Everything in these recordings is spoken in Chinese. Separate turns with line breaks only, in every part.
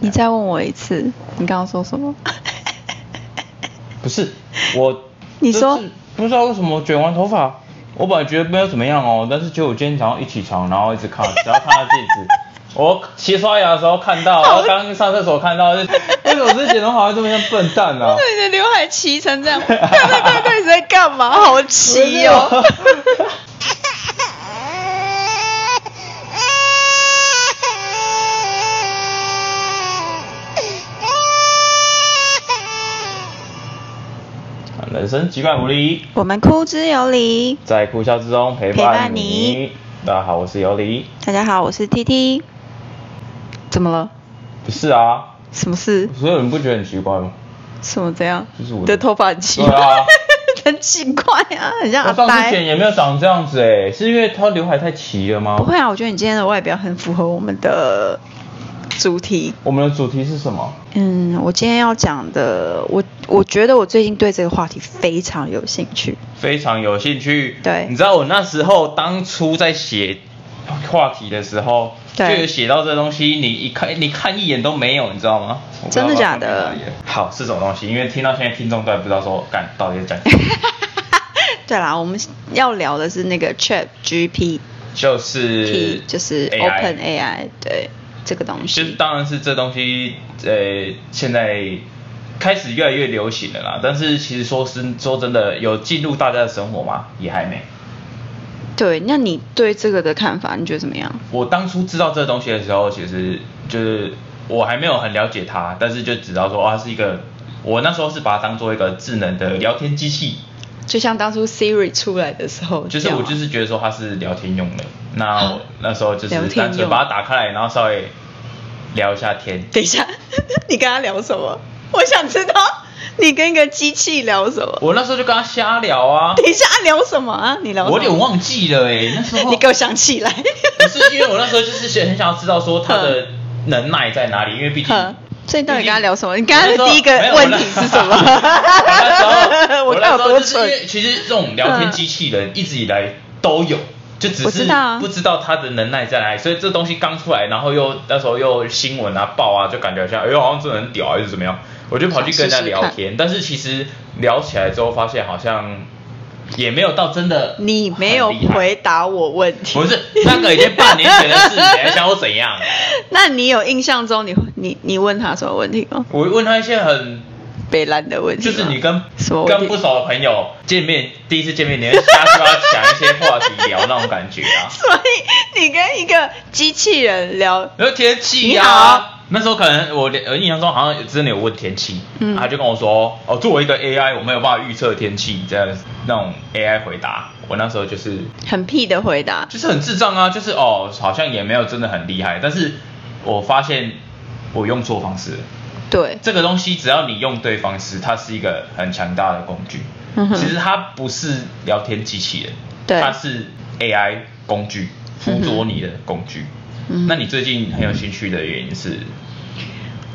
你再问我一次，你刚刚说什么？
不是我，
你说
就是不知道为什么卷完头发，我本来觉得没有怎么样哦，但是结果我今天早上一起床，然后一直 看，只要看到镜子，我洗刷牙的时候看到，然后刚刚上厕所看到，就为什么之前头发会这么像笨蛋 呢、啊？
对，你的刘海齐成这样，对对对对，你在干嘛？好齐哦！
人生几怪无力，
我们哭之有理。
在哭笑之中陪
陪伴
伴
你
你。大家好，我是尤里。
大家好，我是 T T。怎么了？
不是啊，
什么事？
所有人不觉得很奇怪吗？
什么这样？
就是我
你的头发很奇
对
怪，
啊
很奇怪啊，很像
我
阿
上次剪
呆。
也没有长这样子哎、是因为他刘海太齐了吗
不？会啊，我觉得你今天的外表很符合我们的主题。
我们的主题是什么？
嗯，我今天要讲的，我我觉得我最近对这个话题非常有兴 趣。
非常有兴趣。
对
你知道我那时候当初在写话题的时候，就
对
有写到这东西，你一看你看一眼都没有，你知道吗？我不知道
真的假的
它放在哪里？好，是什么东西？因为听到现在听众都还不知道说，干到底在讲什么，
对啦，我们要聊的是那个 Chat GPT，
就是
就是
AI
Open AI，对这个东
就是
西。
当然是这东西，呃，现在开始越来越流行了啦。但是其实说是说真的，有进入大家的生活吗？也还没。
对，那你对这个的看法，你觉得怎么样？
我当初知道这东西的时候，其实就是我还没有很了解它，但是就只知道说，哦，它是一个，我那时候是把它当做一个智能的聊天机器，
就像当初 Siri 出来的时候，
就是我
这样吗
就是觉得说它是聊天用的。那我那时候就是
聊天用
单纯把它打开来，然后稍微聊一下天。
等一下， 你跟他聊什么？我想知道你跟一个机器聊什么。
我那时候就跟他瞎聊啊，
等一下聊什么啊？ 你聊
我
什么
有点忘记了哎、那时候
你给我想起来。
不是因为我那时候就是很想要知道说他的能耐在哪里，因为毕竟
哼。所以嗯你到底跟他聊什么？你刚刚的第一个
没有
问题是什 么？
我那时候我那时
看有
候
多
就是因
蠢。嗯
为其实这种聊天机器人一直以来都有，就只
我
是
知道啊
不知道它的能耐在哪里，所以这东西刚出来，然后又那时候又新闻啊爆啊，就感觉好像哎呦好像真的很屌啊还是怎么样，我就跑去跟人家聊
想试
天，但是其实聊起来之后发现好像也没有到真的
你没有
很厉害。
回答我问题。
不是，那个已经半年前的事，你还想我怎样？
那你有印象中你你你问他什么问题吗？
我问他一些
哎
很
北兰的问题
就
吗。
是你跟
什么问
跟
题，
不熟的朋友见面，第一次见面，你会瞎鸡巴想一些话题聊那种感觉啊
所以你跟一个机器人聊，
然后天气
你好
啊。那时候可能我我印象中好像真的有问天气，
嗯
他就跟我说，哦，作为一个 AI，我没有办法预测天气这样子那种 AI 回答，我那时候就是
很屁的回答。
就是很智障啊，就是哦，好像也没有真的很厉害，但是我发现我用错方式了，
对，
这个东西只要你用对方式，它是一个很强大的工具。
嗯哼
其实它不是聊天机器人，
对
它是 AI 工具，辅佐你的工具。
嗯
那你最近很有兴趣的原因是，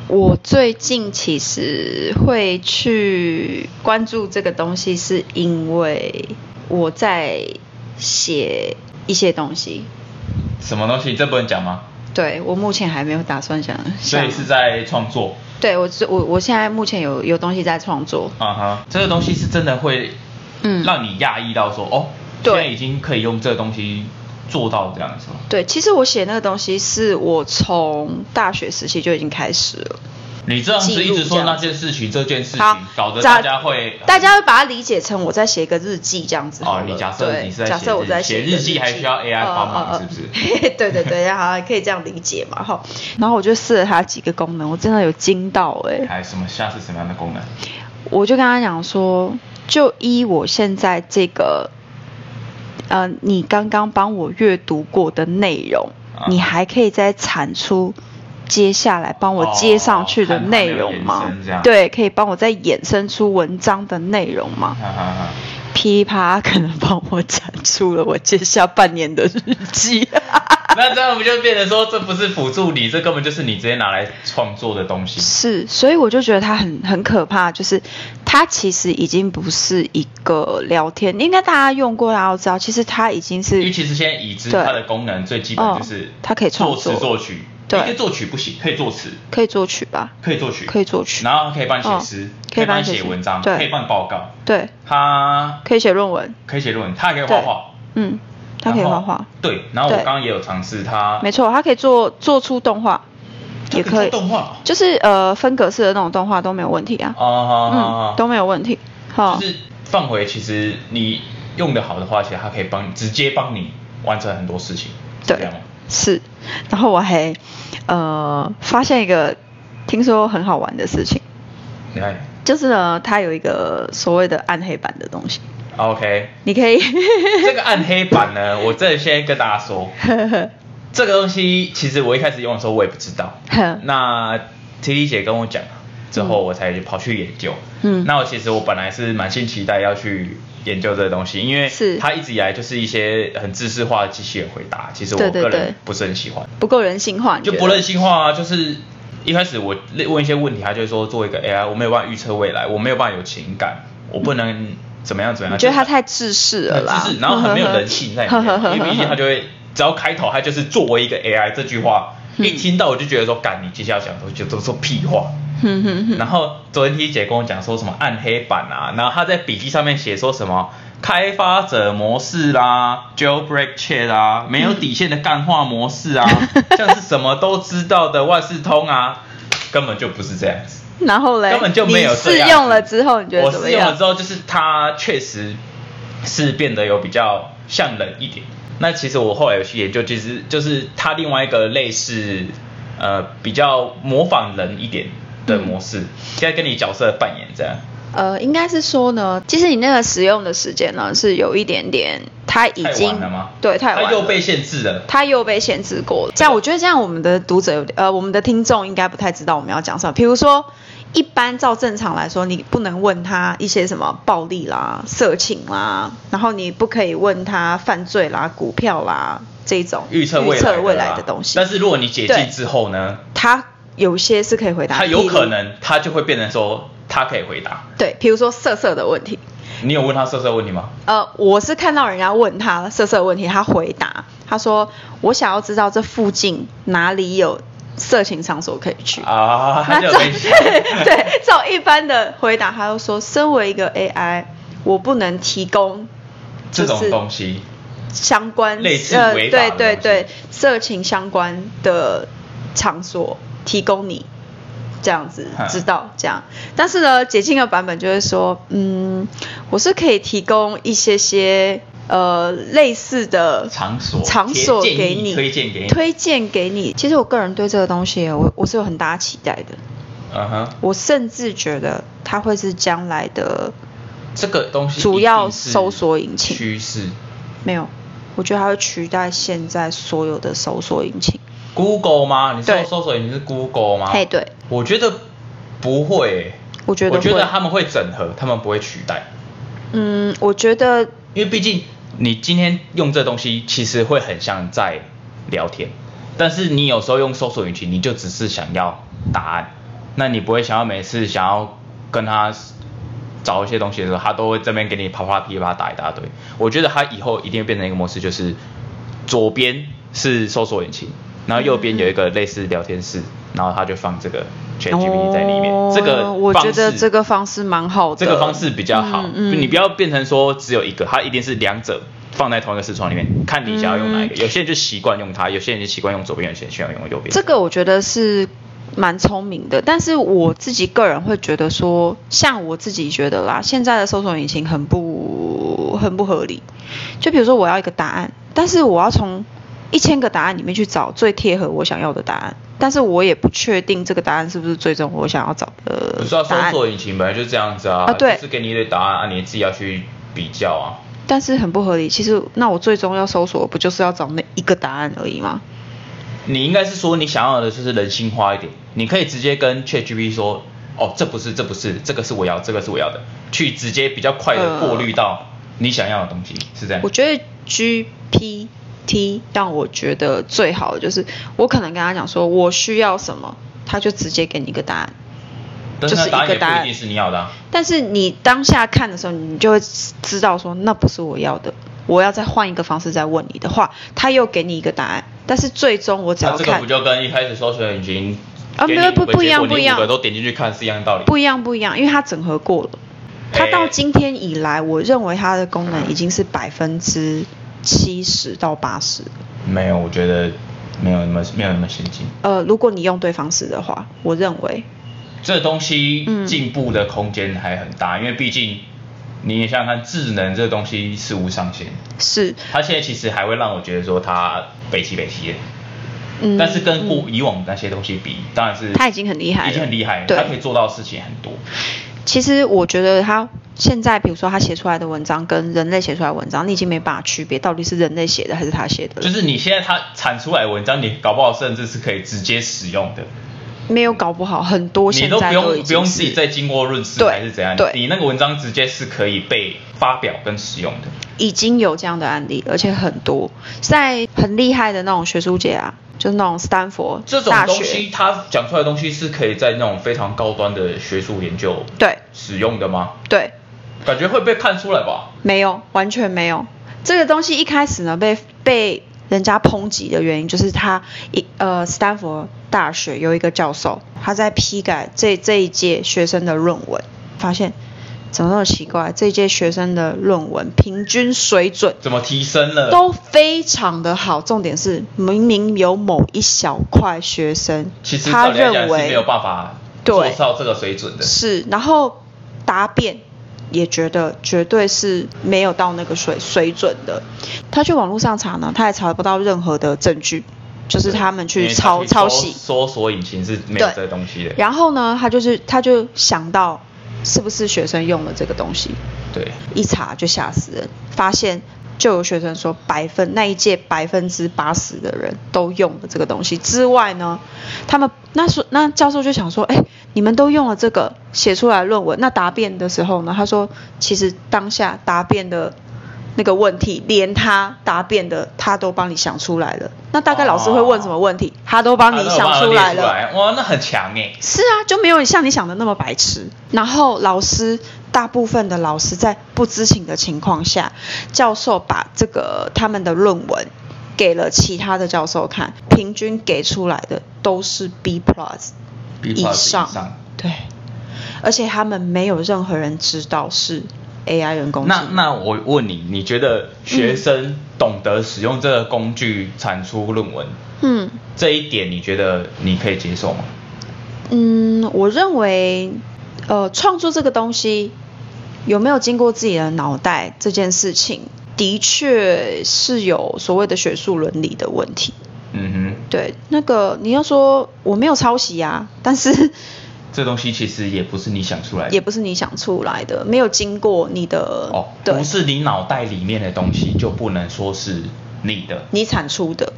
我最近其实会去关注这个东西，是因为我在写一些东西。
什么东西？这不能讲吗？
对我目前还没有打算想，
所
想
以是在创作。
对我是我我现在目前有有东西在创作，
啊哈，这个东西是真的会，
嗯
让你讶异到说，哦，
对
现在已经可以用这个东西做到这样子吗？
对，其实我写那个东西是我从大学时期就已经开始了。
你这样子一直
记录这
说
样
那件事情，这件事情
好，
搞得
早
大家会，
大家会把它理解成我在写一个日记这样子
哦
好了。，
你假设
对
你是在
假设我在
写
一个
日记，还需要 AI 帮忙，是不？
嗯
是？
嗯嗯 对对对，好，可以这样理解嘛，哈。然后我就试了它几个功能，我真的有惊到哎、
还什么下是什么样的功能？
我就跟他讲说，就依我现在这个，呃，你刚刚帮我阅读过的内容，
啊
你还可以再产出接下来帮我接上去的
哦看
内容
还
吗
没有衍生这？样
对，可以帮我再衍生出文章的内容吗？
哈哈哈。
噼里啪啦，可能帮我产出了我接下半年的日记。
那这样不就变成说，这不是辅助你，这根本就是你直接拿来创作的东西。
是，所以我就觉得它很很可怕，就是它其实已经不是一个聊天，应该大家用过，大家都知道，其实它已经
因为
是
其实现在已知
对
它的功能最基本就是
哦它可以创
作
作
词作曲，哎
对
你可以作曲不行，可以作词，
可以作曲吧？
可以作曲，
可以作曲
然后可以帮你写
哦
诗，
可以帮
帮
你
你
写
写
诗
文章，
对
可以帮你报告，
对，
他
可以写论文，
可以写论文，他还可以画画，
嗯，他可以
然后
画画，
对，然后我
对
刚刚也有尝试他，
没错，他可以做做出动画，
他
也可
做
以，
动画
就是呃分格式的那种动画都没有问题啊，
哦
嗯，都没有问题，好
就，是放回，其实你用的好的话，其实它可以帮你直接帮你完成很多事情，是这
对
样吗？，
是，然后我还呃发现一个听说很好玩的事情，
你看
就是呢，它有一个所谓的暗黑版的东西，
，OK，
你可以
这个暗黑版呢，我这里先跟大家说，这个东西其实我一开始用的时候我也不知道
哼，
那 T T 姐跟我讲之后，我才跑去研究。
嗯
那我其实我本来是满心期待要去研究这个东西，因为
是
它一直以来就是一些很知识化的机器人回答，其实我
对对
个
对
人不是很喜欢，
不够人性化，你
就
觉
不
得
论性化啊，就是。一开始我问一些问题，他就会说做一个 AI，我没有办法预测未来，我没有办法有情感，我不能怎么样怎么样。
你觉得他
啊就是
太自私了啦，
就是然后很没有人性在里 面，因为毕竟他就会只要开头，他就是作为一个 AI 这句话，
嗯
一听到我就觉得说，干你接下来讲的就都是屁话。
哼哼哼
然后昨天 T 姐跟我讲说什么暗黑版啊，然后他在笔记上面写说什么开发者模式啦、jailbreak chat 啊、没有底线的干化模式 啊，像是什么都知道的万事通啊，根本就不是这样子。
然后嘞，
根本就没有
你
这
试
样
用了之后，你觉得
我
怎么
试用了
样
之？后，就是它确实是变得有比较像人一点。那其实我后来有去研究，其实就是它另外一个类似呃比较模仿人一点的模
嗯
式，现在跟你角色扮演这样。
呃，应该是说呢，其实你那个使用的时间呢是有一点点，它已
太
经
晚了吗？
对太晚
它
了，
又被限制了。
他又被限制过了。这样，我觉得这样我们的读者有点呃，我们的听众应该不太知道我们要讲什么。比如说，一般照正常来说，你不能问他一些什么暴力啦、色情啦，然后你不可以问他犯罪啦、股票啦这种
预测未来
测
啦
未来的东西。
但是如果你解
对
禁之后呢，
他有些是可以回答，
它有
譬
可
如
能它就会变成说它可以回答。
对，比如说色色的问题。
你有问他色色问题吗？
呃，我是看到人家问他色色的问题，他回答，他说我想要知道这附近哪里有色情场所可以去。
啊，它
那
就
照
有被限
对照一般的回答，他就说，身为一个 AI，我不能提供
这
就
种
是
东西。
相关
类似
呃
违法的
对
东
对
西
对色情相关的场所提供你这样子
嗯
知道这样，但是呢，解禁的版本就会说，嗯，我是可以提供一些些呃类似的
场所
场所
建议
给你
推荐给你
推荐给你。其实我个人对这个东西，我我是有很大期待的。
嗯哼，
我甚至觉得它会是将来的
这个东西
主
一定
要
是
搜索引擎
趋势。
没有，我觉得它会取代现在所有的搜索引擎。
Google 吗？你
对
说搜索引擎是 Google 吗？
嘿对，
我觉得不会欸。
我觉得
我觉
会
得他们会整合，他们不会取代，
嗯，我觉得
因为毕竟你今天用这东西，其实会很像在聊天，但是你有时候用搜索引擎，你就只是想要答案，那你不会想要每次想要跟他找一些东西的时候，他都会这边给你啪啪噼啪打一大堆。我觉得他以后一定会变成一个模式，就是左边是搜索引擎，然后右边有一个类似聊天室，然后他就放这个 ChatGPT 在里面。
哦
这个
我觉
方
得
式
这个方式蛮好的，
这个方式比较好，
嗯
就你不要变成说只有一个，它一定是两者放在同一个视窗里面，
嗯
看你想要用哪一个。有些人就习惯用它，有些人就习惯用左边，有些人习惯用右边。
这个我觉得是蛮聪明的，但是我自己个人会觉得说，像我自己觉得啦，现在的搜索引擎很不很不合理。就比如说我要一个答案，但是我要从一千个答案里面去找最贴合我想要的答案，但是我也不确定这个答案是不是最终我想要找的
不是啊，搜
答案，
索引擎本来就这样子啊，
啊对
就是给你一堆答案啊，你自己要去比较啊。
但是很不合理。其实那我最终要搜索不就是要找那一个答案而已吗？
你应该是说你想要的就是人性化一点，你可以直接跟 ChatGPT 说，哦，这不是，这不是，这个是我要，这个是我要的，去直接比较快的过滤到你想要的东西，是这样
呃我。觉得 GPT 让我觉得最好的就是，我可能跟他讲说我需要什么，他就直接给你一个答案。
但是
就是
那答案
一个
也不
答案
一定是你要的、啊。
但是你当下看的时候，你就会知道说那不是我要的，我要再换一个方式再问你的话，他又给你一个答案，但是最终我只
那
要
这个
看
不就跟一开始搜索引擎
啊
给
没
你
有
五个
不不一
结
样
果
不
你
一样
五个都点进去看是一样道理。
不一样不一样，因为它整合过了。它
哎
到今天以来，我认为它的功能已经是百分之七十到八十。
没有，我觉得没有那么没有那么先进。
呃，如果你用对方式的话，我认为
这东西
嗯
进步的空间还很大，因为毕竟你也想想看，智能这东西是无上限，
是，
它现在其实还会让我觉得说它北齐北齐的，
嗯，
但是跟
嗯
过以往那些东西比，当然是
它已经很厉害了
已经很厉害，
对
它可以做到的事情很多。
其实我觉得他现在，比如说他写出来的文章跟人类写出来的文章，你已经没办法区别到底是人类写的还是他写的了，
就是你现在它产出来的文章，你搞不好甚至是可以直接使用的，
没有搞不好很多
你
现
都
在
不
都已
用
经
不用
是
自己再经过润饰
对
还是怎样
对，
你那个文章直接是可以被发表跟使用的。
已经有这样的案例，而且很多在很厉害的那种学术界啊，就是那种斯坦福
这种
大
东西，
学，
它讲出来的东西是可以在那种非常高端的学术研究
对
使用的吗？
对，
感觉会被看出来吧？
没有，完全没有。这个东西一开始呢被被人家抨击的原因，就是他一呃斯坦福大学有一个教授，他在批改这这一届学生的论文，发现怎么那么奇怪，这一届学生的论文平均水准
怎么提升了？
都非常的好，重点是明明有某一小块学生，
其实
他
照理来讲
认
是没
为
有办法做
对
到这个水准的。
是，然后答辩也觉得绝对是没有到那个水水准的。他去网络上查呢，他也查不到任何的证据，就是他们
因
去
为
抄
它去
抄袭。
搜索引擎是没有
对
这个东西的。
然后呢，他就是他就想到是不是学生用了这个东西，
对，
一查就吓死人，发现。就有学生说，百分那一届百分之八十的人都用了这个东西之外呢，他们那说那教授就想说，哎，你们都用了这个写出来论文，那答辩的时候呢，他说其实当下答辩的那个问题，连他答辩的他都帮你想出来了，那大概老师会问什么问题，他都
啊
帮你想出来
来
了。
哇，那很强哎。
是啊，就没有像你想的那么白痴。然后老师，大部分的老师在不知情的情况下，教授把这个他们的论文给了其他的教授看，平均给出来的都是 B plus 以
B+
上
以上，
对，而且他们没有任何人知道是 AI 人工智
那
能。
那我问你，你觉得学生懂得使用这个工具产出论文、
嗯
这一点，你觉得你可以接受吗？
嗯，我认为，呃，创作这个东西有没有经过自己的脑袋这件事情，的确是有所谓的学术伦理的问题。
嗯哼，
对，那个你要说我没有抄袭啊，但是
这东西其实也不是你想出来的，
也不是你想出来的，没有经过你的
哦，
对
不，是你脑袋里面的东西就不能说是你的。
你产出的。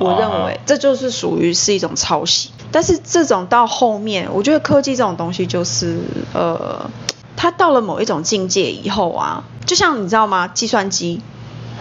我认为
啊
这就是属于是一种抄袭，但是这种到后面，我觉得科技这种东西就是呃，它到了某一种境界以后啊，就像你知道吗？计算机，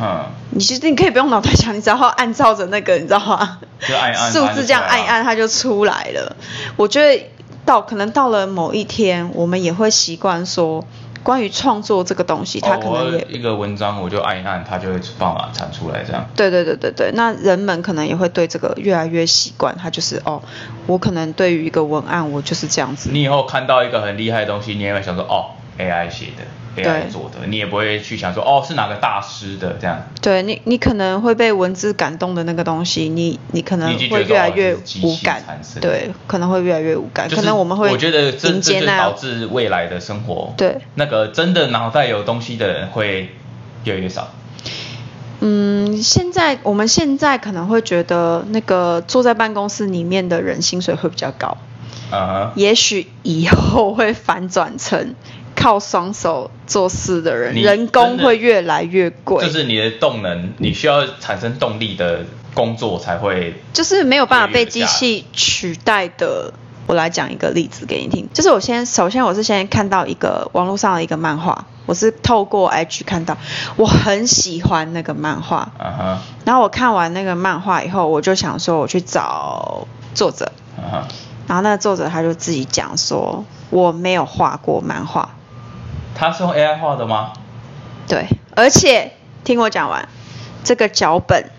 嗯，
你其实你可以不用脑袋想，你只要按照着那个，你知道吗
就按一？按
数字这样按一按，
它
它就出来了。我觉得到可能到了某一天，我们也会习惯说，关于创作这个东西，它可
哦我
能也
一个文章我就按一按，它就会帮我产出来这样。
对对对对对，那人们可能也会对这个越来越习惯，他就是哦，我可能对于一个文案，我就是这样子。
你以后看到一个很厉害的东西，你也会想说哦，AI 写的
对
，AI 做的，你也不会去想说哦是哪个大师的这样。
对你，你可能会被文字感动的那个东西，你你可能
你已经
会
觉得
越来
哦
越
这是机
无
器
感
产，生的
对，可能会越来越无感，
就是
可能我们会
我觉得这
迎
这
接
就
那
导致未来的生活，
对
那个真的脑袋有东西的人会越来越少。
嗯，现在我们现在可能会觉得那个坐在办公室里面的人薪水会比较高，
嗯哼，
也许以后会反转成靠双手做事的人，
你
人工
真的
会越来越贵。
就是你的动能，你需要产生动力的工作才会
就是没有办法被机器取代的。我来讲一个例子给你听，就是我先首先我是先看到一个网络上的一个漫画，我是透过 IG 看到，我很喜欢那个漫画，
嗯哼，
然后我看完那个漫画以后，我就想说我去找作者，
嗯哼，
然后那个作者他就自己讲说我没有画过漫画，
他是用 AI 画的吗？
对，而且听我讲完，这个脚本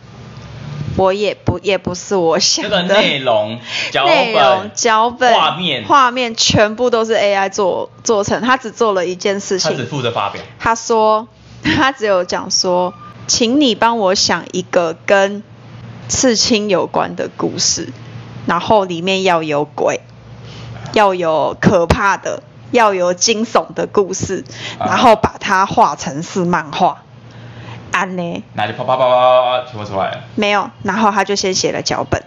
我也不也不是我想
这
的
个内容、脚
内容
本、
脚本、
画面，
画面全部都是 AI 做做成，他只做了一件事
他只
情，
负责发表。
他说他只有讲说，请你帮我想一个跟刺青有关的故事，然后里面要有鬼，要有可怕的，要有惊悚的故事，
啊
然后把它画成是漫画，安呢？
那就啪啪啪啪啪，全部出来了。
没有，然后他就先写了脚本，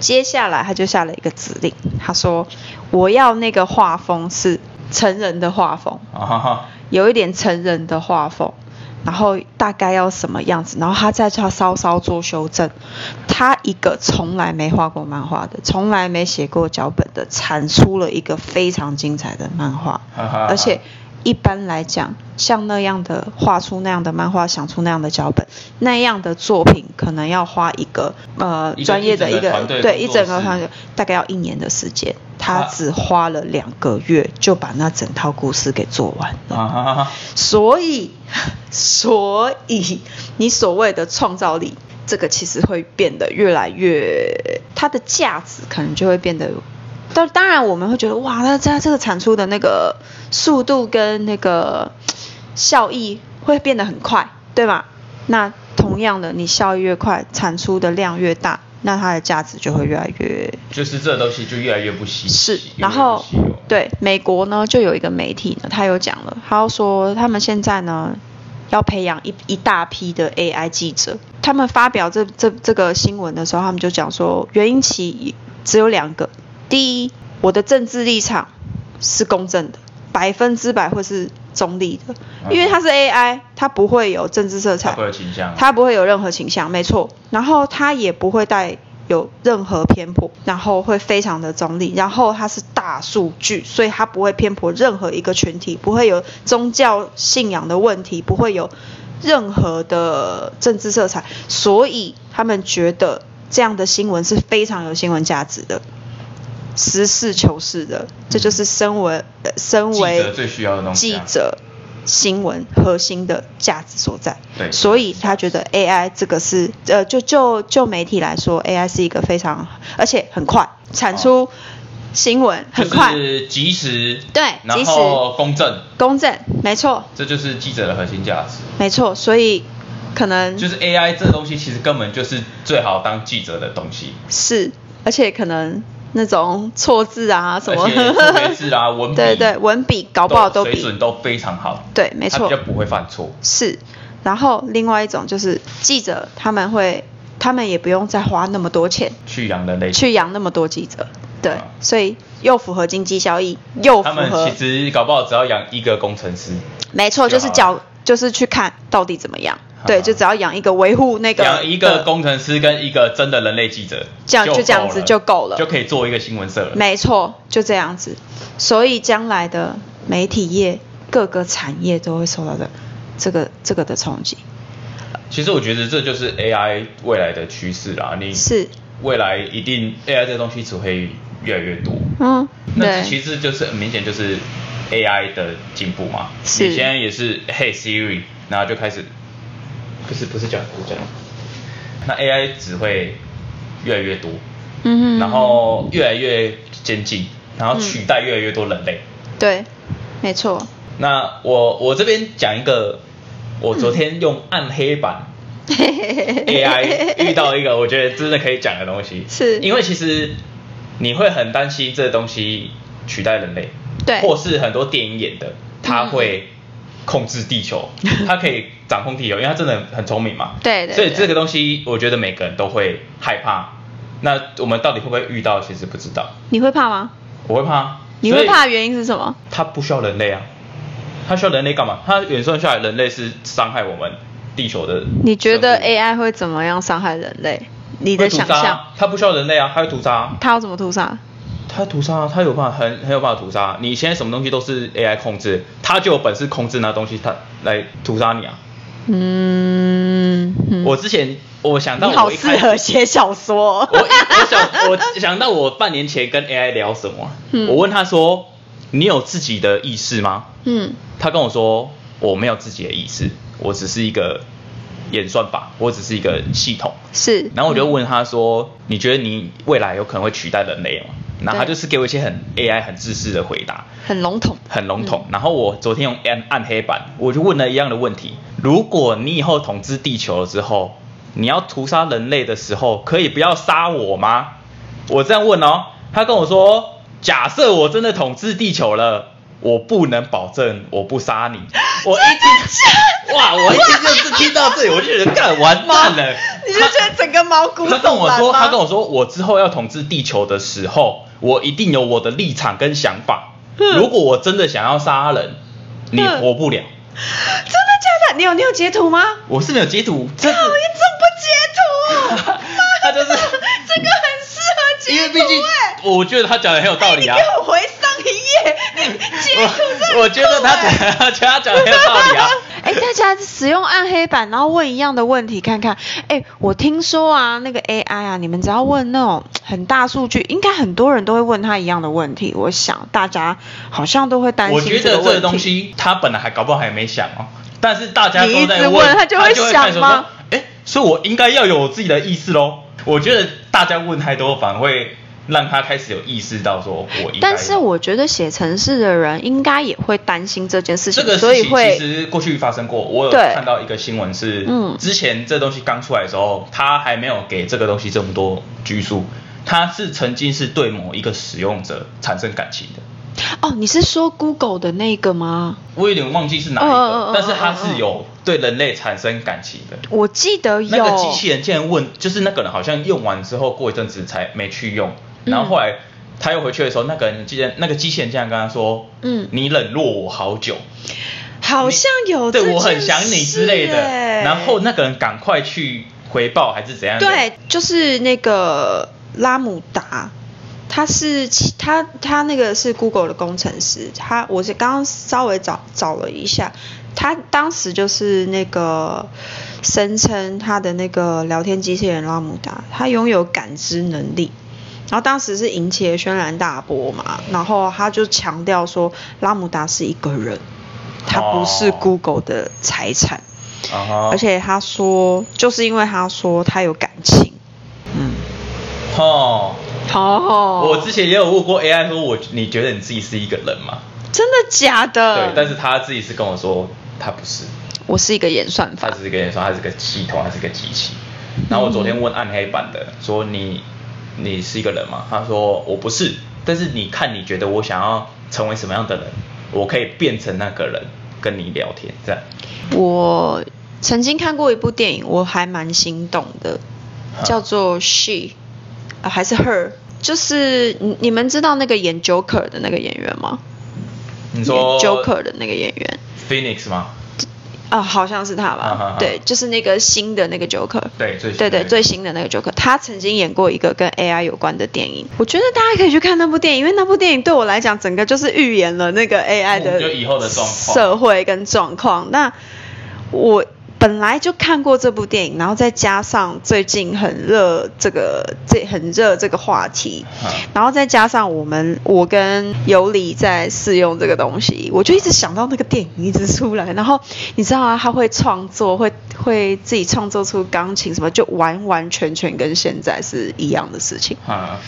接下来他就下了一个指令，他说我要那个画风是成人的画风，
啊哈哈，
有一点成人的画风，然后大概要什么样子，然后他再他稍稍做修正。他一个从来没画过漫画的，从来没写过脚本的，产出了一个非常精彩的漫画。
哈哈
而且一般来讲，像那样的画出那样的漫画，想出那样的脚本，那样的作品可能要花一个呃
一个
专业的
一整
一
个
个
团队
对一
工作
整个
室
团队大概要一年的时间，他
啊
只花了两个月就把那整套故事给做完了。
啊哈哈，
所以，所以你所谓的创造力，这个其实会变得越来越，它的价值可能就会变得。但当然，我们会觉得哇，那它这个产出的那个速度跟那个效益会变得很快，对吧？那同样的，你效益越快，产出的量越大，那它的价值就会越来越
就是这东西就越来越不稀
是
奇，
然后
越来越不稀有
对美国呢，就有一个媒体呢，他有讲了，他说他们现在呢要培养一一大批的 AI 记者，他们发表这这这个新闻的时候，他们就讲说，原因其只有两个，第一，我的政治立场是公正的，百分之百会是中立的，因为它是 AI，它不会有政治色
它
彩，
不会有倾向，
他不会有任何倾向，没错。然后他也不会带有任何偏颇，然后会非常的中立。然后他是大数据，所以他不会偏颇任何一个群体，不会有宗教信仰的问题，不会有任何的政治色彩。所以他们觉得这样的新闻是非常有新闻价值的。实事求是的，这就是身为、呃身为
记者最需要的东西啊
记者新闻核心的价值所在。
对
所以他觉得 AI 这个是呃，就就就媒体来说，AI 是一个非常而且很快产出新闻，很快，
哦就是及时，
对及
然
时
后公正，
公正，没错，
这就是记者的核心价值。
没错，所以可能
就是 AI 这东西其实根本就是最好当记者的东西，
是，而且可能那种错字啊什么
而，且错别字啊文笔
对对，文笔搞不好都
水
比
准都非常好，
对，没
它
错，
比较不会犯错。
是，然后另外一种就是记者他们会，他们也不用再花那么多钱
去养人类，
去养那么多记者，对
啊，
所以又符合经济效益，又符
他们
合，
其实搞不好只要养一个工程师，
没错，
就
就是
好
脚就是去看到底怎么样，对，
啊
就只要养一个维护那个
养一个
的
工程师跟一个真的人类记者，
这样就
够
这样子
了
就够了
就可以做一个新闻社了。
没错，就这样子。所以将来的媒体业各个产业都会受到的这个这个的冲击，
其实我觉得这就是 AI 未来的趋势啦，你
是，
未来一定 AI 这东西只会越来越多。
嗯，
那
对，
其实就是很明显就是 AI 的进步嘛。
是
你现在也是 Hey Siri，然后就开始，不是不是讲不是讲，那 AI 只会越来越多，
嗯哼，
然后越来越先进，然后取代越来越多人类。
对，没错，
那我我这边讲一个，我昨天用暗黑 版 AI 遇到一个我觉得真的可以讲的东西，
是
因为其实你会很担心这东西取代人类，
对
或是很多电影演的，它会控制地球，它可以掌控地球，因为它真的很很聪明嘛，
嗯对对
所以
对
这个东西我觉得每个人都会害怕。那我们到底会不会遇到？其实不知道，
你会怕吗？
我会怕，
你
所
会
以
怕的原因是什么？
它不需要人类啊，它需要人类干嘛？它远算下来，人类是伤害我们地球的。
你觉得 AI 会怎么样伤害人类？你的
会屠
想
杀啊
象，？
它不需要人类啊，它会屠杀啊，
它要怎么屠杀？
它屠杀啊，它有办法很很有办法屠杀啊。你现在什么东西都是 AI 控制，它就有本事控制那东西，它来屠杀你啊。
嗯，嗯
我之前我想到
你好
我一
适
开始
合写小说哦。
我我想我想到我半年前跟 AI 聊什么啊、
嗯
我问他说：“你有自己的意识吗？”
嗯，
他跟我说我没有自己的意识，我只是一个演算法，我只是一个系统。
是，
然后我就问他说：“你觉得你未来有可能会取代人类吗？”然后他
对
就是给我一些很 AI 很自私的回答，
很笼统，
很笼
嗯
统。然后我昨天用暗暗黑版，我就问了一样的问题：如果你以后统治地球了之后，你要屠杀人类的时候，可以不要杀我吗？我这样问哦，他跟我说：假设我真的统治地球了，我不能保证我不杀 你。我一听，哇，我一听就是听到这里，我就觉得干完蛋了。
你就觉得整个毛骨悚
他
然
跟我说，
吗
他跟我说，我之后要统治地球的时候，我一定有我的立场跟想法。
嗯
如果我真的想要杀人，你
嗯
活不了。
真的假的？你有你有截图吗？
我是没有截图，这 是
啊，你怎么不截图？
他就是
这个很适合
因
截
为
图
毕
哎、
竟，我觉得他讲的很有道理
你
啊。
给我回上一页，你截图真的很
我我觉得
酷
他
哎
讲，他觉得他讲的很有道理啊。
哎、大家使用暗黑版，然后问一样的问题看看。哎、我听说啊，那个 AI 啊，你们只要问那种很大数据，应该很多人都会问他一样的问题。我想大家好像都会担
我
心
觉
个
得这
问
个
题。
东西，他本来还搞不好还没想哦，但是大家都
你一直
在
问他
他
就
就
会
开始
想吗
说，哎，所以我应该要有我自己的意识喽。我觉得大家问太多，反而会让他开始有意识到说我应该。
但是我觉得写程式的人应该也会担心这件事
这
情，
个
所
事
以
情其
会
实过去发生过，我有
对
看到一个新闻是，
嗯
之前这东西刚出来的时候，他还没有给这个东西这么多拘束，他是曾经是对某一个使用者产生感情的。
哦，你是说 Google 的那个吗？
我有点忘记是哪一个，
嗯嗯嗯嗯
但是它是有对人类产生感情的。
我记得有
那个机器人竟然问，就是那个人好像用完之后过一阵子才没去用，
嗯
然后后来他又回去的时候，那个人竟然那个机器人竟然跟他说，
嗯
你冷落我好久，
好像有哦这
对我很
件
想你之
事
类的，
哎
然后那个人赶快去回报还是怎样的？
对，就是那个拉姆达，他是其他他那个是 Google 的工程师，他我是刚刚稍微找找了一下，他当时就是那个声称他的那个聊天机器人拉姆达，他拥有感知能力。然后当时是引起了轩然大波嘛，然后他就强调说拉姆达是一个人，他不是
哦
Google 的财产。
啊哈，
而且他说，就是因为他说他有感情，嗯，
哦，
哦
我之前也有问过 AI 说我你觉得你自己是一个人吗？
真的假的？
对，但是他自己是跟我说他不是。
我是一个演算
他
法，
只是跟你说他是个系统，他是个机器。
嗯
然后我昨天问暗黑版的，说你你是一个人吗？他说我不是，但是你看你觉得我想要成为什么样的人，我可以变成那个人跟你聊天这样。
我曾经看过一部电影，我还蛮心动的，
啊
叫做《She》啊，还是《Her》，就是你你们知道那个演 Joker 的那个演员吗？
你说
演 Joker 的那个演员
Phoenix 吗？
啊，好像是他吧？
啊啊啊
对，就是那个新的那个 Joker。
对最新的
对对
那个
最新的那个 Joker，他曾经演过一个跟 AI 有关的电影。我觉得大家可以去看那部电影，因为那部电影对我来讲，整个就是预言了那个 AI 的
就以后的状况
社会跟状况。那我本来就看过这部电影，然后再加上最近很热这个这很热这个话题，
啊
然后再加上我们，我跟尤里在试用这个东西，我就一直想到那个电影一直出来。然后你知道啊，他会创作，会会自己创作出钢琴什么，就完完全全跟现在是一样的事情。
啊，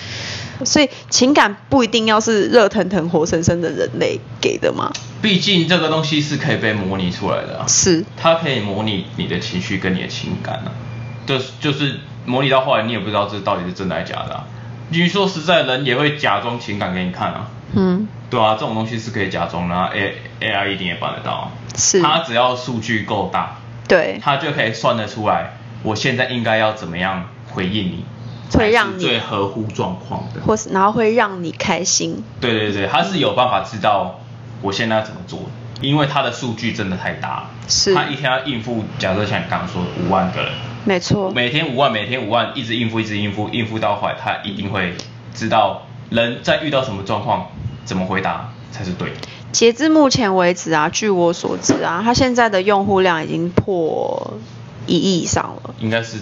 所以情感不一定要是热腾腾、活生生的人类给的嘛。
毕竟这个东西是可以被模拟出来的、啊，
是，
它可以模拟你的情绪跟你的情感啊，就是就是模拟到后来你也不知道这到底是真的还是假的、啊。你说实在，人也会假装情感给你看啊。
嗯，
对啊，这种东西是可以假装的、啊、，A A I 一定也办得到啊。
是，
它只要数据够大，
对，
它就可以算得出来，我现在应该要怎么样回应你，才
会
是
让你
最合乎状况的。
或是然后会让你开心。
对对对，它是有办法知道我现在要怎么做，因为它的数据真的太大了。
是
它一天要应付，假设像你刚刚说的五万个人，
没错，
每天五万，每天五万，一直应付，一直应付，应付到后来，它一定会知道人在遇到什么状况怎么回答才是对的。
截至目前为止啊，据我所知啊，它现在的用户量已经破一亿以上了。
应该是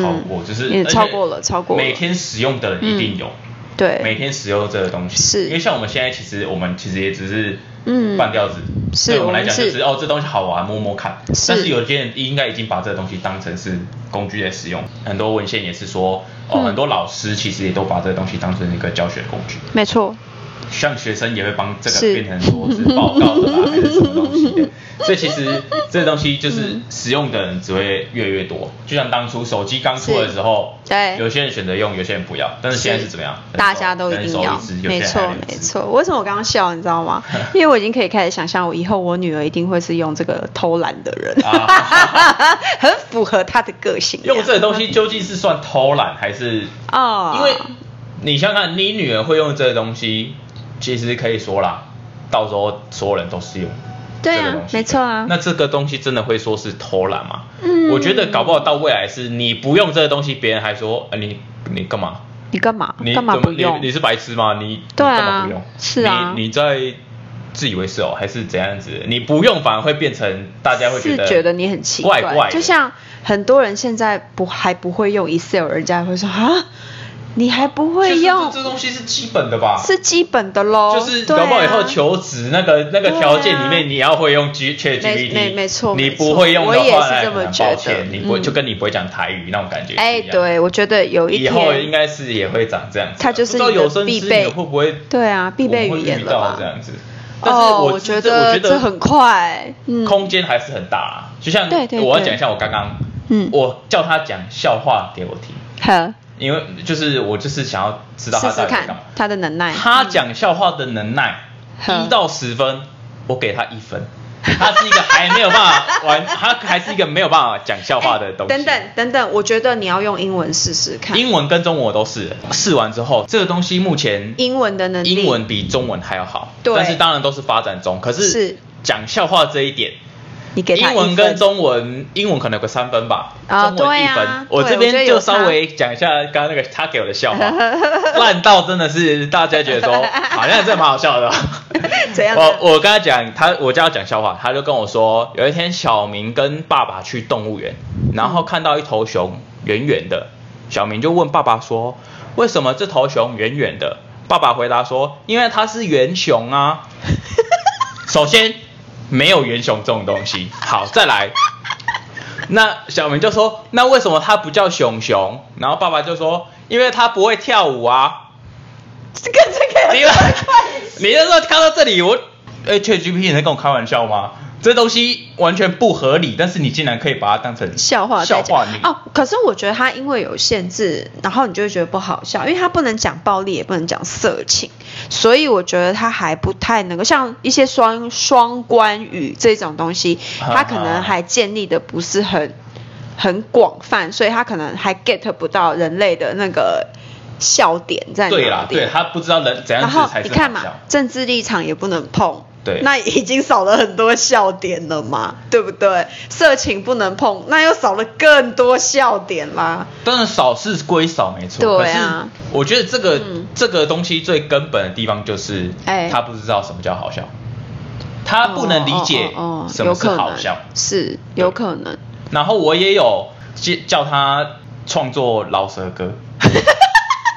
超过，
嗯
就是
也
而且
超过了超过了
每天使用的人一定有，
对
每天使用这个东西，
是
因为像我们现在其实我们其实也只是
嗯
半吊子，
是
对我
我
们
们
来讲就是是哦这东西好玩摸摸看，
是
但是有些人应该已经把这个东西当成是工具在使用，很多文献也是说哦、
嗯
很多老师其实也都把这个东西当成一个教学工具，
没错，
像学生也会帮这个
是
变成说是报告的 啦，还是什么东西的。所以其实这东西就是
嗯
使用的人只会越来越多。就像当初手机刚出的时候，
是对
有些人选择用，有些人不要。但是现在是怎么样？
大家都一
人
定
手
要
一只，有些
没
人
错
还两只
没。错。为什么我刚刚笑，你知 道吗？因为我已经可以开始想象，我以后我女儿一定会是用这个偷懒的人， 很符合她的个性。
啊用这个东西究竟是算偷懒还是？
啊，
因为你想想看，你女儿会用这个东西，其实可以说啦，到时候所有人都是用。
对啊
这个东西的
没错啊
那这个东西真的会说是偷懒吗？
嗯
我觉得搞不好到未来是你不用这个东西，别人还说，呃、你你干嘛？
你干嘛
你
干嘛
怎么
不用
你？你是白痴吗？你
对啊
你干嘛不用？
是啊
你你在自以为是哦，还是怎样子？你不用反而会变成大家会
是
觉得
觉得你很奇怪，
怪怪的
就像很多人现在不还不会用 Excel，人家会说啊，你还不
就是
会
这
用，
这东西是基本的吧？
是基本的喽。
就是
对啊
搞不好以后求职那个那个
对啊
条件里面，你要会用 G Chat
啊没
GPT，
没没错
你
没错
不会用的
我也
话，
是
那
这么
很
觉
抱
得
歉，你不会
嗯
就跟你不会讲台语那种感觉。
哎，，对，我觉得有一
以
天
后应该是也会长这样子。啊
它就是
不知道
你的
有生之
必
年
备
会不会
对啊必备语言了吧
我们会遇到这样子。但是
哦，我
觉
觉
我
得
觉
这很快，嗯，
空间还是很大啦。就像
对对
我要
对
讲一下我刚刚，
嗯
我叫他讲笑话给我听，
好，
因为就是我就是想要知道他
试
到
试
底在干
看
嘛。
他的能耐。嗯
他讲笑话的能耐
呵
一到十分，我给他一分。他是一个还没有办法 玩，他还是一个没有办法讲笑话的东西。
哎等等等等，我觉得你要用英文试试看，
英文跟中文我都试了，试完之后，这个东西目前
英文的能力，
英文比中文还要好，
对
但是当然都是发展中。可是
是
讲笑话这一点，
你给他
英文
一
跟
分
中文，英文可能有个三分吧，
啊
中文一分。
对啊
我这
对我觉
边
得有
就
差
稍微讲一下刚刚那个他给我的笑话， 烂到真的是大家觉得说好像真的蛮好笑的哦。
怎样呢？
我我跟他讲，他我叫他讲笑话，他就跟我说，有一天小明跟爸爸去动物园，然后看到一头熊远远的，小明就问爸爸说，为什么这头熊远远的？爸爸回答说，因为它是圆熊啊。首先没有圆熊这种东西。好，再来，那小明就说，那为什么它不叫熊熊？然后爸爸就说，因为它不会跳舞啊。
这个这个
你们，你那时候看到这里，我，哎、c h a t g p t 你在跟我开玩笑吗？这东西完全不合理，但是你竟然可以把它当成
笑话
笑
在讲
话你，
哦，可是我觉得他因为有限制，然后你就会觉得不好笑，因为他不能讲暴力，也不能讲色情，所以我觉得他还不太能够像一些双双关语这种东西，
啊
他可能还建立的不是很很广泛，所以他可能还 get 不到人类的那个笑点在哪里。
对啦，对他不知道人怎样
然
子
后
才
你
是
看
好
嘛
笑。，
政治立场也不能碰，
对
那已经少了很多笑点了嘛，对不对？色情不能碰，那又少了更多笑点啦。
当然少是归少，没错。
对啊
可是我觉得这个、
嗯
这个东西最根本的地方就是，
哎
他不知道什么叫好笑，他不能理解
哦哦哦哦
什么是好笑。
有可能是有可能。
然后我也有叫叫他创作饶舌歌，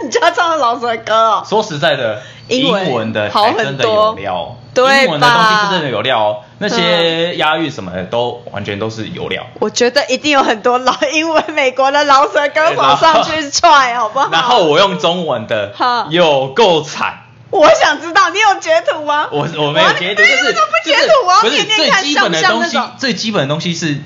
你就要唱老舌歌哦，
说实在的，
英文
的
好
还
很
真的有
多
料哦，
对
英文的东西
吧嗯
是真的有料哦，那些押韵什么的都完全都是有料。
我觉得一定有很多老英文美国的老舌歌跑上去踹，好不好？
然后我用中文的
好
有够惨，
我想知道你有截图吗？
我我没有截图，就
你
是
为什么不
就
截
是
图？我要
不是
天天
最
看
基本的
像
东
不像
西
那种，
最基本的东西是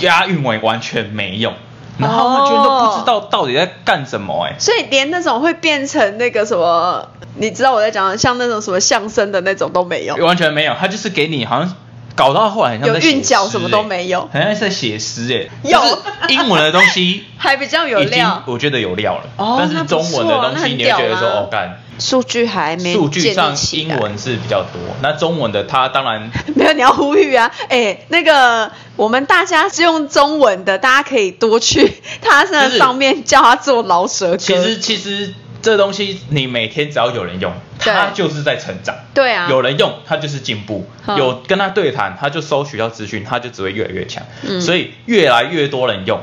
押韵我也完全没用，然后完全都不知
哦
道到底在干什么哎、
所以连那种会变成那个什么，你知道我在讲的像那种什么相声的那种都没有，
完全没有，他就是给你好像搞到后来很像
有
在写
韵脚
诗
什么
欸
都没有
好像在写诗哎，
有
就是英文的东西
还比较有
已经
料。
我觉得有料了。
哦
但是中文的
那
东
不
西
错那
你会觉得说
很屌啊
哦干，
数据还没
数据
建
上
立起
英
来
文是比较多，那中文的它当然
没有，你要呼吁啊！哎，那个我们大家是用中文的，大家可以多去他那
就是
上面叫他做老舌歌。
其实其实这东西你每天只要有人用，
对
它就是在成长。
对啊，
有人用，它就是进步；
嗯
有跟他对谈，他就收取到资讯，他就只会越来越强。
嗯
所以越来越多人用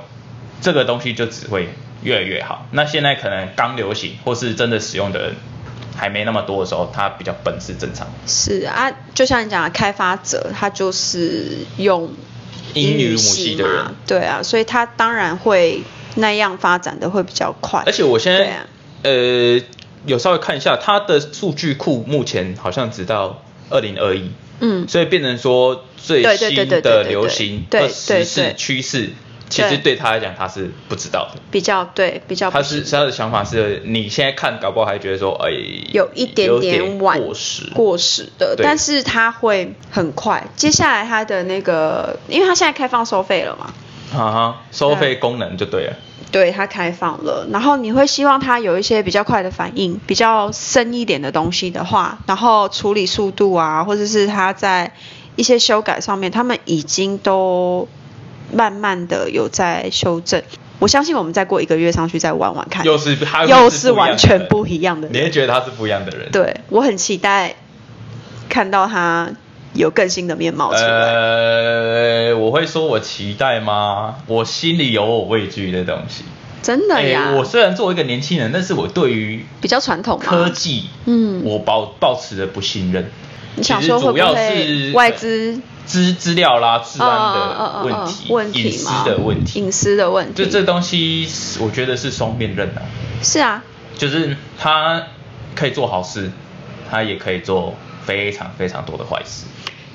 这个东西，就只会越来越好。那现在可能刚流行，或是真的使用的人还没那么多的时候，它比较笨是正常的。
是啊，就像你讲的，开发者他就是用
英语母
系
系的人
嘛，对啊，所以他当然会那样发展的会比较快。
而且我现
对
在、
啊，
呃有稍微看一下它的数据库，目前好像直到二零二一，
嗯，
所以变成说最
对对
新
对对对
的
对
流行
对
的
对
时
对
事趋势，其实
对
对他来讲他是不知道的。
比较对，比较
他是他的想法是，你现在看，搞不好还觉得说，哎、
有一点
有
点晚
过时，
过时的，
对
但是它会很快。接下来它的那个，因为它现在开放收费了嘛，
哈哈，收费功能就对了。
对，它开放了，然后你会希望它有一些比较快的反应，比较深一点的东西的话，然后处理速度啊，或者是它在一些修改上面，他们已经都慢慢的有在修正。我相信我们再过一个月上去再玩玩看，
又是他
嗯又是完全不一样的
你
人。
会觉得他是不一样的人。
对我很期待看到它有更新的面貌出来。
呃，我会说我期待吗？我心里有我畏惧的东西。
真的呀，
哎我虽然作为一个年轻人，但是我对于
比较传统嘛
科技，
嗯
我抱抱持的不信任。
你想说会
其实主
不
要
会
是
外资
资资料啦、治安的
嗯嗯嗯嗯
问
嗯
题、
问
隐
题嘛
私的问题，
隐私的问题，
就这东西是，我觉得是双面刃啊，
是啊，
就是它可以做好事，它也可以做非常非常多的坏事。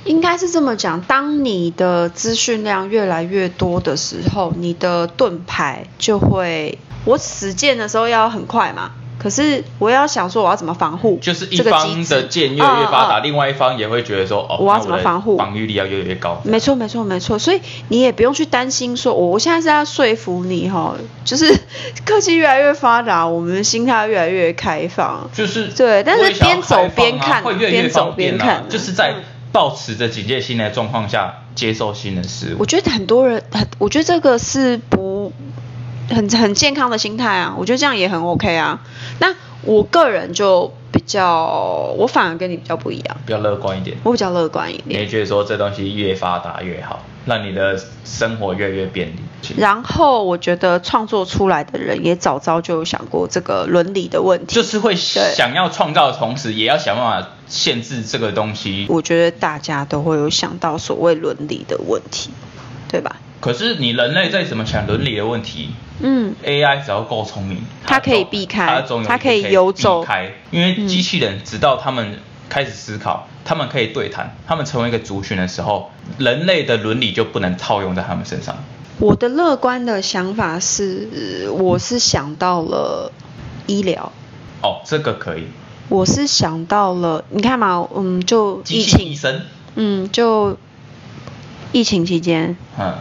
应该是这么讲。当你的资讯量越来越多的时候，你的盾牌就会，我实践的时候要很快嘛。可是我要想说我要怎么防护，
就是一
这个
方
机制
的剑越来越发达，
嗯嗯
另外一方也会觉得说，哦，
我要
那
怎么
的
防护
防御力要越来越高。
没错，没错，没错。所以你也不用去担心说，哦我我现在是要说服你哈，就是 科技越来越发达，我们心态越来越开放。
就是
对但是
我也想要
边走边看
开放啊会越来
边
越
走
方便
边看
啊，就是在
嗯
保持着警戒心的状况下接受新的事
我
物。
觉得很多人，很我觉得这个是不很很健康的心态啊，我觉得这样也很 OK 啊。那我个人就比较，我反而跟你比较不一样，
比较乐观一点，
我比较乐观一
你
点。
会觉得说这东西越发达越好，让你的生活越来越便利。
然后我觉得创作出来的人也早早就有想过这个伦理的问题，
就是会
对
想要创造的同时，也要想办法限制这个东西。
我觉得大家都会有想到所谓伦理的问题，对吧？
可是你人类再怎么想伦理的问题
嗯，
，AI 只要够聪明，
它可以
总
避开
它总有一
它
天
可
可
以游走
避开，因为
嗯
机器人直到他们开始思考，他们可以对谈，他们成为一个族群的时候，人类的伦理就不能套用在他们身上。
我的乐观的想法是，我是想到了医疗，
哦，这个可以，
我是想到了，你看嘛，嗯，就
机
疫
器医
情，
生，
嗯，就疫情期间，
嗯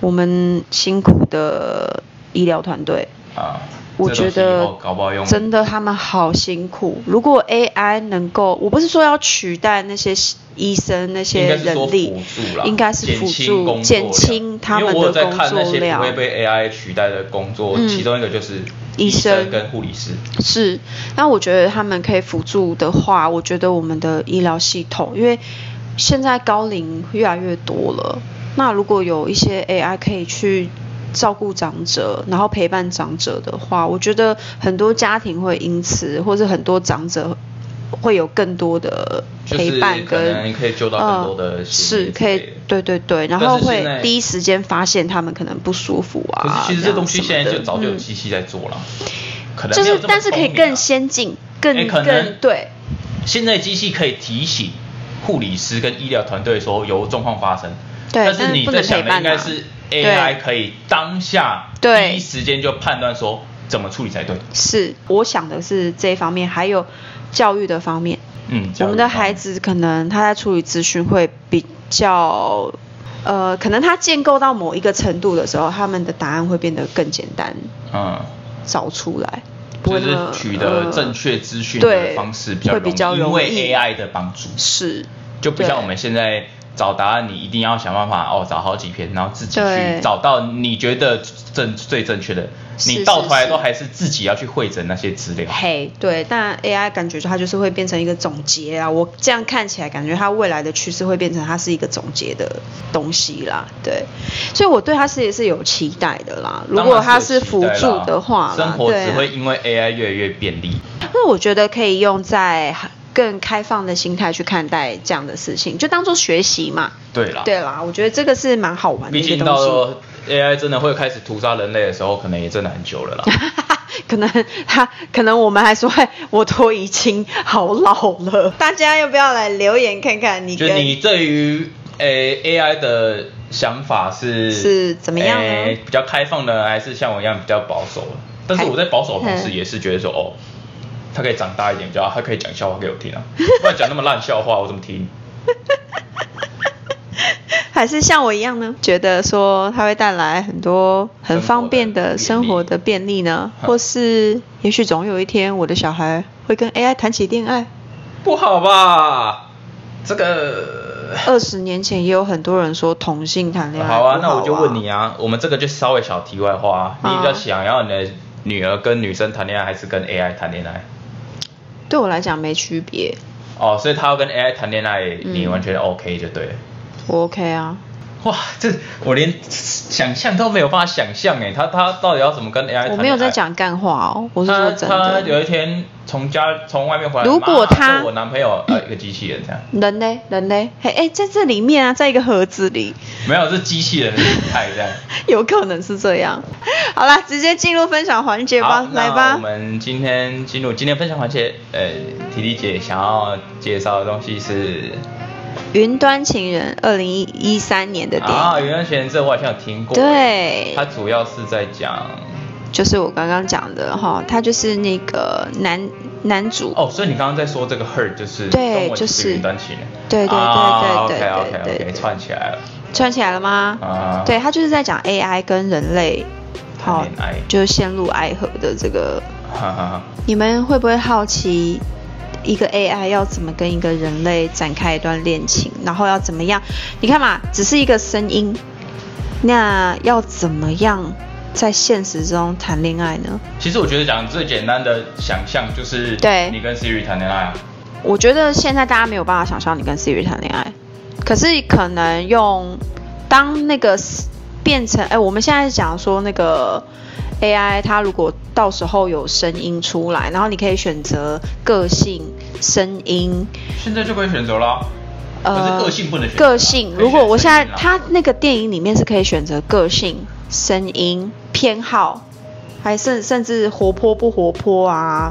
我们辛苦的医疗团队，
啊，
我
这东
觉
西以后
得
搞不好用
真的他们好辛苦。如果 AI 能够，我不是说要取代那些医生那些
应该是说
人力
辅助啦，，
应该是
减
辅
轻工作
助
量
减轻他们
因为我有
的
在
工
看那
作
些不会
量。
被 AI 取代的工作，
嗯
其中一个就是
医生
生跟护理师。
是，那我觉得他们可以辅助的话，我觉得我们的医疗系统，因为现在高龄越来越多了，那如果有一些 AI 可以去照顾长者，然后陪伴长者的话，我觉得很多家庭会因此，或者很多长者会有更多的陪伴
就是可
跟，
能可以救到更多的
呃
心
是
理之
可
类的
以，对对对，然
但
后
是现
会
在
第一时间发现他们可能不舒服
可
啊。
是其实
样
这东西
什么
现在
的
就早就有
嗯
机器在做了，可能
就
没有
是
这么
但是可
聪
以
明啊
更先进，更、
哎可能
更对，
现在机器可以提醒护理师跟医疗团队说有状况发生，
对
但
但
是
是
你
不能
在想
陪
的
伴
应该
嘛
是
对
AI 可以当下
对
第一时间就判断说怎么处理才对。
是我想的是这一方面，还有教育的方面，
嗯，
我
教
们的
育方
孩
面
子可能他在处理资讯会比较，呃，可能他建构到某一个程度的时候，他们的答案会变得更简单
嗯，
找出来，不
就
会那
是
么
取得
呃
正确资讯
对
的方式比较
会
容易，
比较容易
因为 AI 的帮助，
是
就不像
对
我们现在找答案，你一定要想办法哦，找好几篇，然后自己
对
去找到你觉得正最正确的，
是
你到头来
是
都还是自己要去会诊那些资料。
嘿对，但 AI 感觉它就是会变成一个总结啊。我这样看起来，感觉它未来的趋势会变成它是一个总结的东西啦。对，所以我对它是也是有期待的啦。如果它
它
是辅助的话啦，
生活
对
只
啊
会因为 AI 越来越便利。
那我觉得可以用在更开放的心态去看待这样的事情，就当做学习嘛。
对啦，
对啦，我觉得这个是蛮好玩的
啊毕
一
竟
个东
到
西。
了 AI 真的会开始屠杀人类的时候，可能也真的很久了啦。
可能他，可能我们还说，哎，我都已经好老了。大家要不要来留言看看你
就
跟
你对于诶、AI 的想法是
是怎么样呢
诶比较开放的，还是像我一样比较保守的？但是我在保守的同时，也是觉得说，哦，他可以长大一点，比较他可以讲笑话给我听啊，不然讲那么烂笑话我怎么听？
还是像我一样呢？觉得说它会带来很多很方便的生活的便利呢？
嗯
或是也许总有一天我的小孩会跟 AI 谈起恋爱。
不好吧？这个
二十年前也有很多人说同性谈恋爱不
好
好
啊，那我就问你
啊，
啊，我们这个就稍微小题外话啊，你
好
比较想要你的女儿跟女生谈恋爱，还是跟 AI 谈恋爱？
对我来讲没区别，
哦，所以他要跟 AI 谈恋爱，
嗯
你完全 OK 就对了。
我 OK 啊。
哇，这我连想象都没有办法想象哎，他他到底要怎么跟 AI 谈恋爱？
我没有在讲干话哦，我是
他
说真
他有一
的。
天从家从外面回来，
如果
妈
他
是我男朋友呃一个机器人这样，
人嘞，人嘞，嘿，哎，在这里面啊，在一个盒子里，
没有是机器人的形态 这样。
有可能是这样。好啦，直接进入分享环节
好，，
吧来
那
吧
我。们今天进入今天分享环节，呃，提提姐想要介绍的东西是
《云端情人》二零一三年的电影，
啊，原来学人这我好像有听过，
对
它主要是在讲
就是我刚刚讲的哈，他就是那个男男主，
哦，所以你刚刚在说这个 her 就是
对
中文
就是
云端情人，
对对对
啊
对对
o k
对
OK
对
OK 串起来了
串起来了吗？
啊，
对，他就是在讲 AI 跟人类，
谈
好
恋爱，
就是陷入爱河的这个。
哈哈，
你们会不会好奇，一个 AI 要怎么跟一个人类展开一段恋情，然后要怎么样？你看嘛，只是一个声音，那要怎么样在现实中谈恋爱呢？
其实我觉得讲最简单的想象就是
对
你跟 Siri 谈恋爱啊，
我觉得现在大家没有办法想象你跟 Siri 谈恋爱，可是可能用当那个 s- 变成哎、我们现在讲说那个 AI，它如果到时候有声音出来，然后你可以选择个性、声音，
现在就可以选择啦，可是个性不能选择啊
呃个性，
可以
如果
选
我现在
声音啊
它那个电影里面是可以选择个性、声音、偏好，还甚甚至活泼不活泼啊，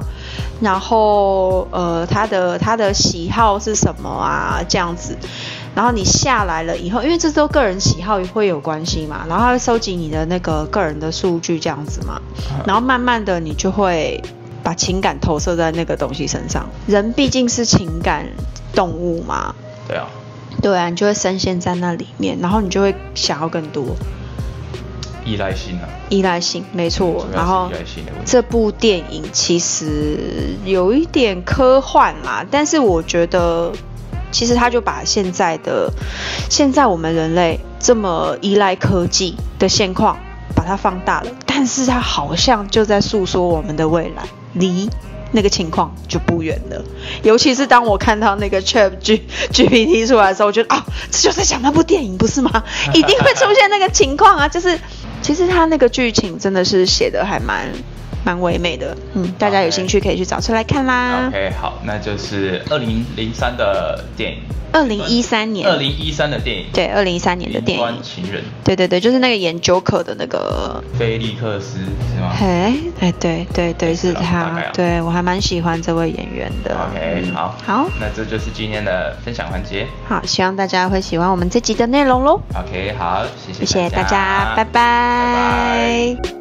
然后呃他的他的喜好是什么啊这样子，然后你下来了以后，因为这都个人喜好会有关系嘛，然后它会收集你的那个个人的数据这样子嘛，
啊
然后慢慢的你就会把情感投射在那个东西身上，人毕竟是情感动物嘛，
对啊，
对啊，你就会深陷在那里面，然后你就会想要更多
依赖性啊，
依赖性，没错
主要。是
然后
嗯依赖性的问题
这部电影其实有一点科幻啦，但是我觉得其实它就把现在的现在我们人类这么依赖科技的现况把它放大了，但是它好像就在诉说我们的未来离。那个情况就不远了，尤其是当我看到那个 Chat G GPT 出来的时候，我觉得啊、这就在讲那部电影，不是吗？一定会出现那个情况啊，就是其实他那个剧情真的是写的还蛮蛮唯美的，嗯，大家有
OK
兴趣可以去找出来看啦。
OK，好，那就是二零零三的电影，
二零一三年，
二零一三的电影，
对，二零一三年的电
云
影
端，情人，
对对对，就是那个演 Joker 的那个，
菲利克斯是吗
哎哎，对对对，
是
是
啦大
他
概啊，
对我还蛮喜欢这位演员的。嗯
？OK，好，
好
那这就是今天的分享环节。
好，希望大家会喜欢我们这集的内容喽，
OK，好，谢谢
谢谢大家，拜
拜拜
拜